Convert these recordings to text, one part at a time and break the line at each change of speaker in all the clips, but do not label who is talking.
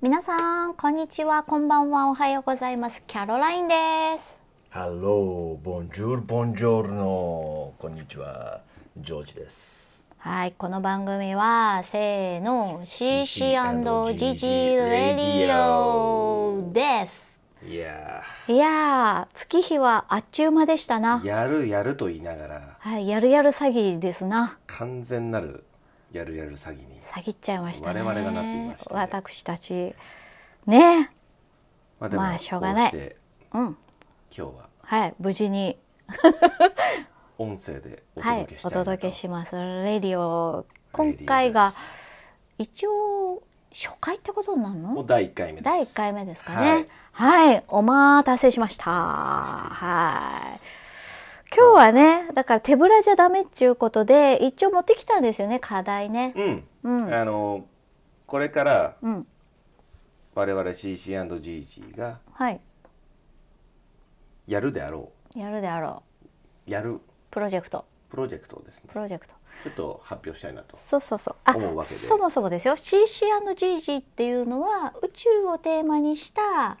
皆さんこんにちはこんばんはおはようございますキャロラインです
Hello, bonjour, buongiorno, こんにちは、ジョージです。
はいこの番組はせーの CC&GG レディオです
いや
いやー月日はあっちゅう間でしたな
ー、やるやると言いながら、
はい、やるやる詐欺ですな
完全なるやるやる詐欺に。
詐欺っちゃいましたね
我々がなっていましたね
私たちね
まあ
まあしょうがない
こうして
うん
今日は
はい無事に
音声でお
はい
届けし
お
たいなと、
届けしますレディオ
レディオ
今
です
回が一応初回ってことになる
もう
の
第1回目です。
第1回目ですかねはい、お待たせしました
待たせしてい
はい今日はねだから手ぶらじゃダメっていうことで一応持ってきたんですよね課題ね
うん、
うん
あの、これから
うん
我々 CC&GG が
はい
やるであろ
やるであろう
う、やる
プロジェクト
プロジェクトをですね
プ、ロジェクト
ちょっと発表したいなと。
そうそうそうあ
思うわけで
そもそもですよ CC&GG っていうのは宇宙をテーマにした、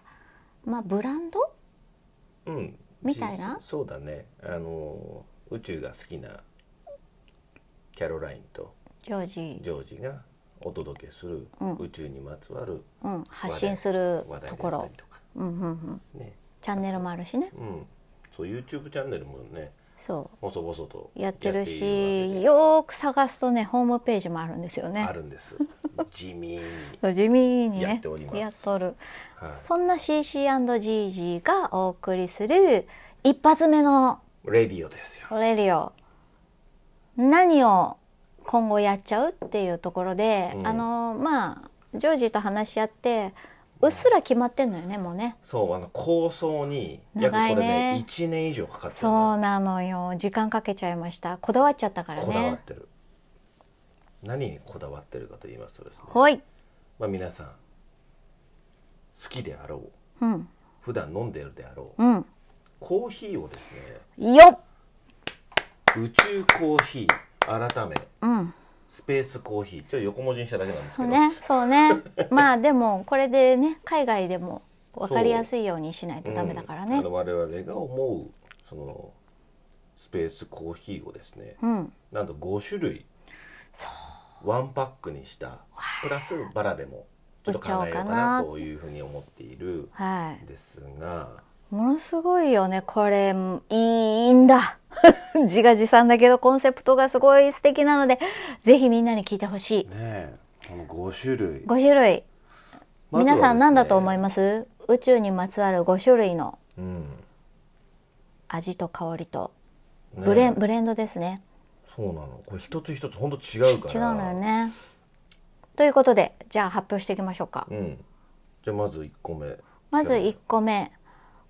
まあ、ブランド
うん、
みたいな
実そうだねあの宇宙が好きなキャロラインと
ジョージ
ジョージがお届けする宇宙にまつわる
うん、発信する
話題
と
だ
こ
った
ろ
り、とか、
うんうんうん、
ね
チャンネルもあるしね
うん、そう YouTube チャンネルもね
そ
細々と
うやってる
やっているわ
しよーく探すとねホームページもあるんですよ
けで
ね
あるんです 地味に、
そう地味にね
やっております
やっとる、
はい
そんな CC&GG がお送りする一発目の
レディオですよ
「レリオ」何を今後やっちゃうっていうところで、
うん
あのまあジョージと話し合ってうっすら決まってんのよねもうね。
そうあの構想に約こ
長い
れね
ね
1年以上かかってる
そうなのよ時間かけちゃいましたこだわっちゃったから
こだわっ
ね
てる何にこだわってるかと言いますとですね
ほい
まあ、皆さん好きであろう
うん
普段飲んでいるであろう
うん
コーヒーをですね
よっ
宇宙コーヒー改め
うん
スペースコーヒーちょっと横文字にしただけなんですけ
そう
ど、
ねそう ねまあでもこれでね海外でも分かりやすいようにしないとダメだから
うん
ね
あの我々が思うそのスペースコーヒーをですね
うん、
なんと5種類
そ
ワンパックにしたプラスバラでもちょっと考えようかなというふうに思っている
は
んですが
いものすごいよねこれいいんだ 自画自賛だけどコンセプトがすごい素敵なのでぜひみんなに聞いてほしい
ねえこの5種類
5種類、
まずはですね
皆さん何だと思います宇宙にまつわる5種類の
うん
味と香りと
ねえ
ブレ,、ブレンドですね
そうなのこれ一つ一つ本当違うから
違うのよねということでじゃあ発表していきましょうか
うんじゃあまず1個目
まず1個目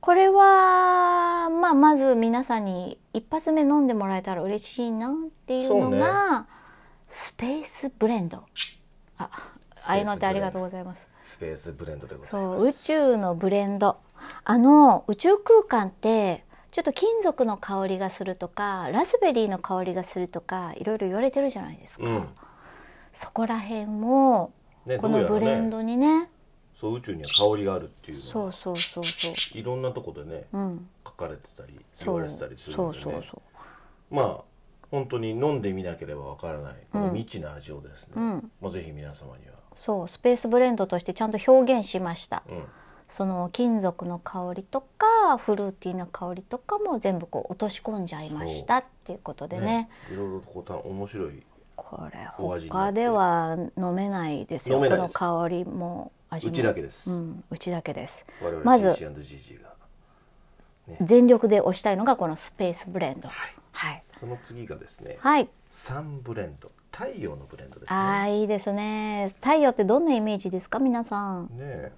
これは、まあ、まず皆さんに一発目飲んでもらえたら嬉しいなっていうのがスペースブレンドあ
スペー
合
スブレンド
いの手ありがとうございます
スペースブレンドでございま
そう宇宙のブレンドあの宇宙空間ってちょっと金属の香りがするとかラズベリーの香りがするとかいろいろ言われてるじゃないです
す
か、
うん
そこら辺も
ね
この
ど
ブ
うや
レ
ら
ン
ね
ドにね
そう宇宙には香りがあるっていうの
そうそうそうそう
いろんなとこでね
うん
書かれてたり言
そ
わ
う
れてたりする
そ
ん
う
で
そう
ね
そう
まあ本当に飲んでみなければわからない
う
この
ん
未知な味をですね、
うん
まあ、ぜひ皆様には、
そうスペースブレンドとしてちゃんと表現しました
うん、
その金属の香りとかフルーティーな香りとかも全部こう落とし込んじゃいましたっていうことでね
いろいろこうた面白い
これ
お味にな
他
って
では飲めないですよ
飲めない
この
です
香りも味も
うちだけです
うん、うちだけです
我々
まず
CC&GG が
全力で推したいのがこのスペースブレンド
はい
はい
その次がですね
はい、
サンブレンド太陽のブレンドですね
ああいいですね太陽ってどんなイメージですか皆さん
ねえやっ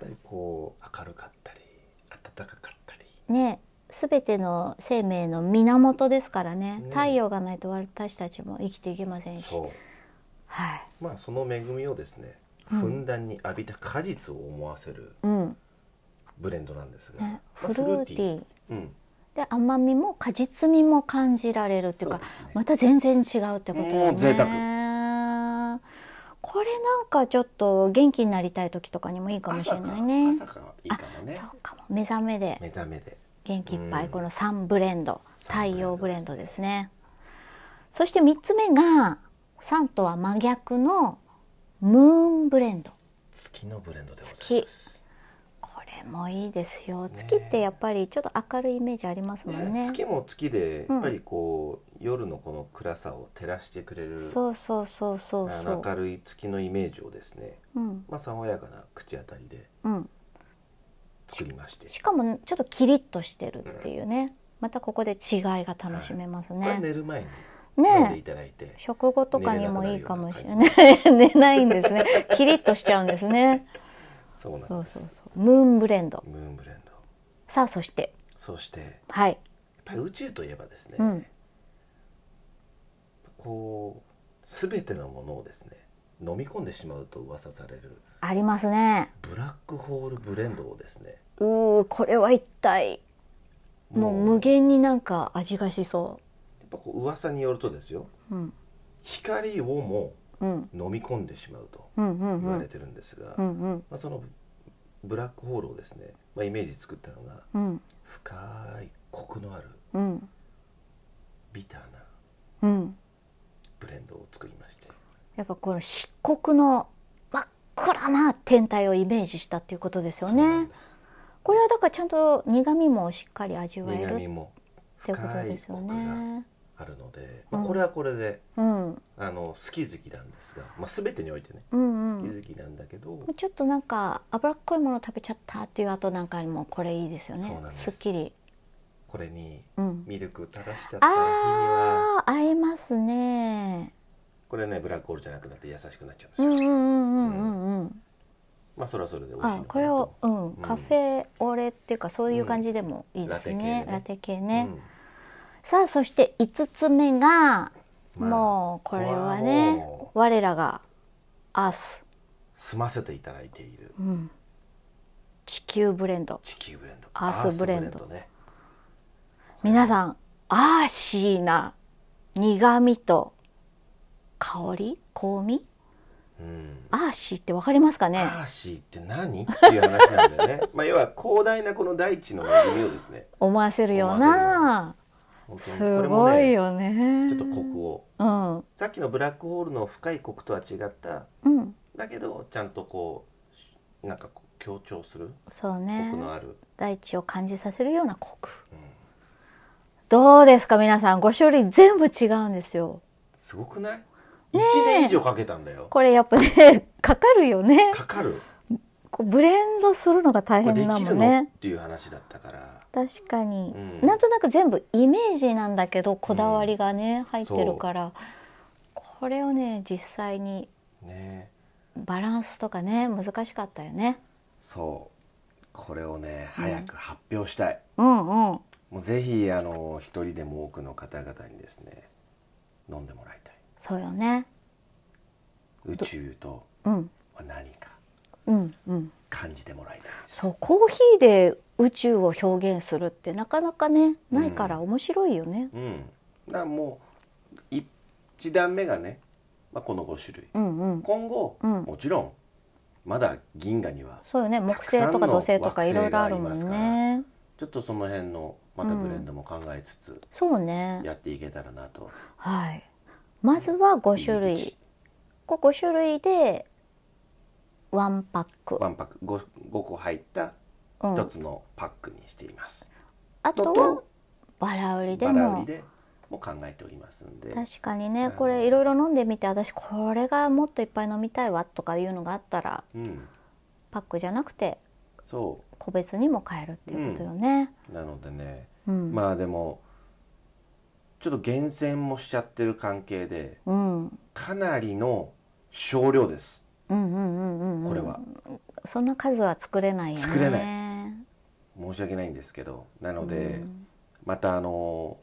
ぱりこう明るかったり暖かかったり
ね全ての生命の源ですからね
ね
太陽がないと私たちも生きていけませんし、
そ
はい、
うまあその恵みをですねふんだんに浴びた果実を思わせる
うん
ブレンドなんですが、
ね、
まあ
フルーティー
うん
で甘みも果実味も感じられるっていうか
そうですね
また全然違うってことよ
もう贅
ね。これなんかちょっと元気になりたい時とかにもいいかもしれないね
朝か朝かいいかもね
そうかも目覚めで
目覚めで
元気いっぱ
う
い
ん
この3ブレンド太
三
陽ブ
ブ
レ
レ
ン
ン
ド
ド
で
です
ねそして3つ目が3とは真逆のムーンブレンド
月のブレンドでございます
これもいいですよ月ってやっぱりちょっと明るいイメージありますもん
ね
ね
月も月でやっぱりこう、夜のこの暗さを照らしてくれる
そうそうそうそうそ
明
う
るい月のイメージをですね、
うん
まあ、爽やかな口当たりで
うん
作りまして、
しかもちょっとキリッとしてるっていうねまたここで違いが楽しめます
これ
ね
寝る前に飲んでい
ね
ただいて、
食後とかにもいいかもしれな
寝
い 寝ないんですねキリッとしちゃうんですね
そうなんです
そうそうそうムーンブレンド
ムーンブレンド
さあそして
そしてやっ
はい
ぱり宇宙といえばですね、
うん
こう全てのものをですね飲み込んでしまうと噂される
ありますね
ブラックホールブレンドをですね
うーこれは一体もう無
や
限になんか味がしそ
っぱこう噂によるとですよ
ううん
光をも
うん
飲み込んでしまうと
うんうんう
言わ
ん
れてるんですが、
う
ま
んうん
あ、そのブラックホールをですね、まあ、イメージ作ったのが
うん
深いコクのある
うん
ビター
う
な
ん
ブレンドを作りまして
やっぱこの漆黒の真っ暗な天体をイメージしたっていうことですよ
そうなん
ね
です
これはだからちゃんと苦味もしっかり味わえ
苦
るっ
味も
ていうこと
深
で
い
す
コ
よ
クが
ね
あるので、まあ、
うん
これはこれで、
うんうん
あの好き好きなんですが、まあ、全てにおいてね
う
好
ん
き好きなんだけど、
ちょっとなんか脂っこいもの食べちゃったっていう後なんかにもこれいいですよ
そう
ね
なんです
すっきり、
これに
うん、
ミルク垂らしちゃった日には
あー合いますね
これねブラックホールじゃなくなって優しくなっちゃうんです
うん
よ、
うんうんうんうんうん
まあそれはそれで美味しい
あ
の
こ
かな
れをう
と、
ん、
ん
カフェオレっていうかそういう感じでもいいですね,、
うん
ラ
ラ
テ
テ
系
う
ね、
ん
さあそして5つ目が、
まあ
もうこれはね
これはも
我らが「アース
済ませていただいている
うん地球ブレンド
地球ブレンド
アースブレンド
アースね
皆さんアーシーな苦味と香り香味
うん
アーシーってわかりますか
ア
ね
ーシーって何っていう話なんだよね まあ要は広大なこの大地の恵みをですね
思わせるよう
思
な
本当に
す
こ
ご
れも
い
ね
よね
ちょっとコクを
うん
さっきのブラックホールの深いコクとは違った
うん
だけどちゃんとこうなんかこう強調する
そう
コ
ね
クのある、
大地を感じさせるようなコク
うん、
どうですか皆さん5種類全部違うんですよ
すごくない1年以上かけたんだよ
これやっぱね かかるよね
かかる
こうブレンドするのが大
これ
変
で
だ
き
も
る
ん
のっ
ね
ていう話だったから
確かに、
うん
なんとなく全部イメージなんだけどこだわりがね、入ってるからこれをね実際に
ね
バランスとかね難しかったよね
そうこれをね早く発表したい、
うんうん
もうぜひあの一人でも多くの方々にですね飲んでもらいたい
そうよね
宇宙と
うん
は何か
うんうん
感じてもらいたいです
そうコーヒーで宇宙を表現するってなかなかねないから面白いよね、
うんだからもうい一段目がね、まあ、この5種類
うん、うん
今後、
うん
もちろんまだ銀河には
そうよね木
たく
星
さん
と
の
か土星とかいろいろあるも
惑
ん
星があ
ね
ちょっとその辺のまたブレンドも考えつつ
そうね
やっていけたらなと、
はいまずは5種
入り
類
口
こう5種類でワンパック、
ワンパック 5, 5個入った
うん
一つのパックにしています、
あと
の
はバラ売りで
バラ売り
も
でも考えておりますんで
確かにね
うん
これいろいろ飲んでみて私これがもっといっぱい飲みたいわとかいうのがあったら
うん
パックじゃなくて
そ
個別にも買えるっていうことよね。
うなのでね、
うん、
まあでもちょっと厳選もしちゃってる関係で
うん、
かなりの少量です
うんうんうんうんうん
これは、
そんな数は作れないよね。
作れな申し訳ないんですけどなので、またあの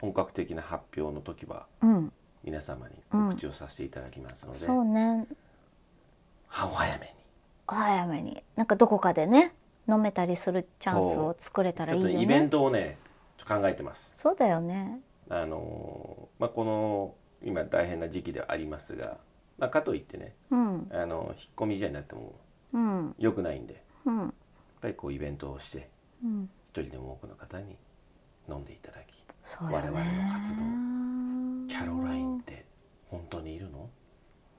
本格的な発表の時は
うん、うん、
皆様にお口をさせていただきますので、
そうね
はお早めに
早めになんかどこかでね飲めたりするチャンスを作れたら
ち
いい
ょっ
よ
と
ね
イベントをねちょっと考えてます
そうだよね
あのまあこの今大変な時期ではありますがまあ、かといってね
うん
あの引っ込みじゃになっても
うん
良くないんでやっ
うん
ぱりこうイベントをして
うん
一人でも多くの方に飲んでいただき
そうやね
我々の活動キャロラインっ
ジ
て本当にいるの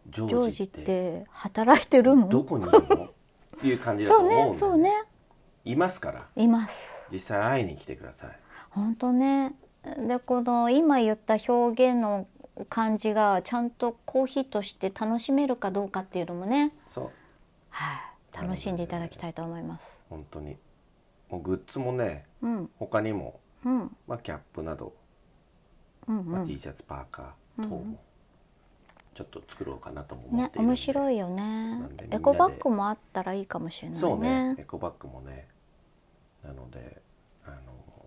ジョ
ョ
ー
ー
ジ
ジ
っ
ってて働いてるの
どこにいるのっていう感じだと
そう
思うんだよ
ねそうね
いますから
います
実際会いに来てください
本当ねでこの今言った表現の感じがちゃんとコーヒーとして楽しめるかどうかっていうのもね、
そう
はい、楽しんでいただきたいと思います。
本当にもうグッズもね
うん
他にも、
うん
まあ、キャップなど、
うん
ま
う
あ、
ん。
T シャツパーカー等
うんうん
もちょっと作ろうかなとも思っ
ね
ている
面白
い
いよね
なんでみんなで
エコバッグもあったらいいかもしれないね。
そうねエコバッグもねなのであの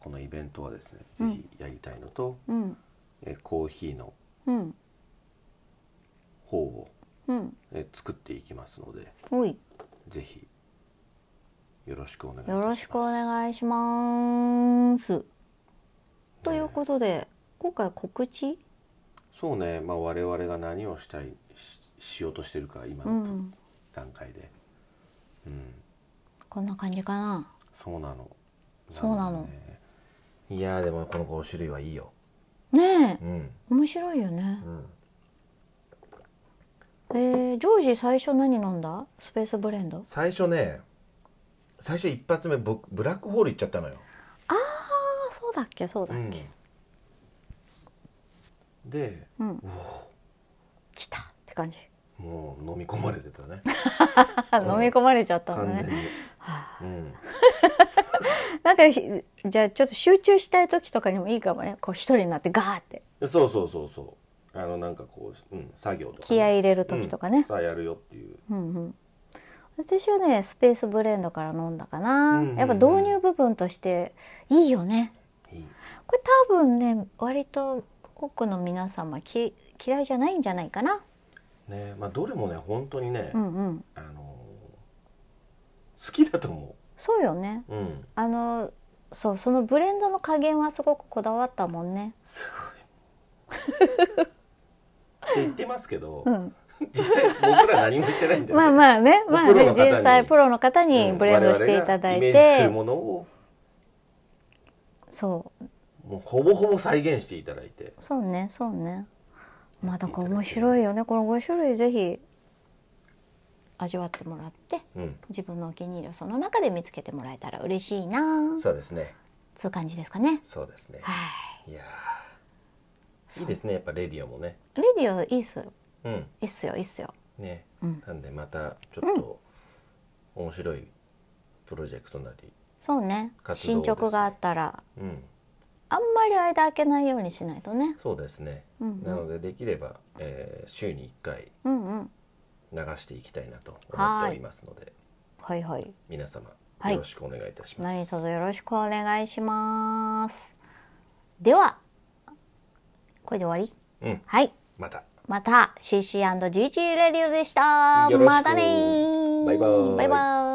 このイベントはですねぜ
うん
ひやりたいのと、
うん
えコーヒーの
うん
方を
うん。
え作っていきますので
おい
ぜひよろしくお願いいたします
よろしくお願いします。ということで今回は告知、
そうね、まあ、我々が何をしたいししようとしてるか今
う
の
ん、
段階でうん、
こんな感じかな。
そうなの
そうなの
んだねいやーでもこの5種類はいいよ
ねえ
うん
面白いよね
う。ん
えー、ジョージ最初何飲んだスペースブレンド
最初ね最初一発目ブブラックホール行っちゃったのよ、
ああそうだっけそうだ
う
っ
ん
け、、
で
うん
うお
来たって感じ
もう飲み込まれてたね
飲み込まれちゃったの
完全
ね
に、うん、
なんかひじゃあちょっと集中したい時とかにもいいかもねこう一人になってガーって
そうそうそうそうあのなんかこう、うん、作業とかね、
気合い入れる時とかね
さあやるよっていう
うんうん私はねスペースブレンドから飲んだかな、
うんうんうん
やっぱ導入部分としていいよね
いい
これ多分ね割と多くの皆様き嫌いじゃないんじゃないかな
ねまあどれもね本当にね、
うんうん
あのー好きだと思
そうよね
ううん
あのそうそのブレンドの加減はすごくこだわったもんね。
すごいって言ってますけど、
うん、
実際僕ら何もしてないんだよ
まあ
ね、
まあね、まあね、
プロの方に
実際プロの方に
うん
ブレンドしていただい
我々がイメージす
て、
るものを
そう
もうほぼほぼ再現していただいて
そうねそうね。まあだから面白いよね。この5種類ぜひ味わってもらって、
うん
自分のお気に入りをその中で見つけてもらえたら嬉しいな。
そうですね
つう感じですかね。
そうですね
はい
やーいいですねやっぱレディオもね
い。レディオいいっす、
うん
いいっすよいいっすよ。
ね、
うん
なんでまたちょっと面白いプロジェクトなり、
そうね。
活動ですね
進捗があったら、
うん、
あんまり間開けないようにしないとね。
そうですね、
うんうん
なのでできれば、えー週に1回
うんうん。
流していきたいなと思っておりますので
はいはい。
皆様
はい
よろしくお願いいたします、
何卒よろしくお願いします。では、これで終わり
うん
はい。
また
また CC&GG レディオでした。
よろしく
またねー
バイバーイ
バイバ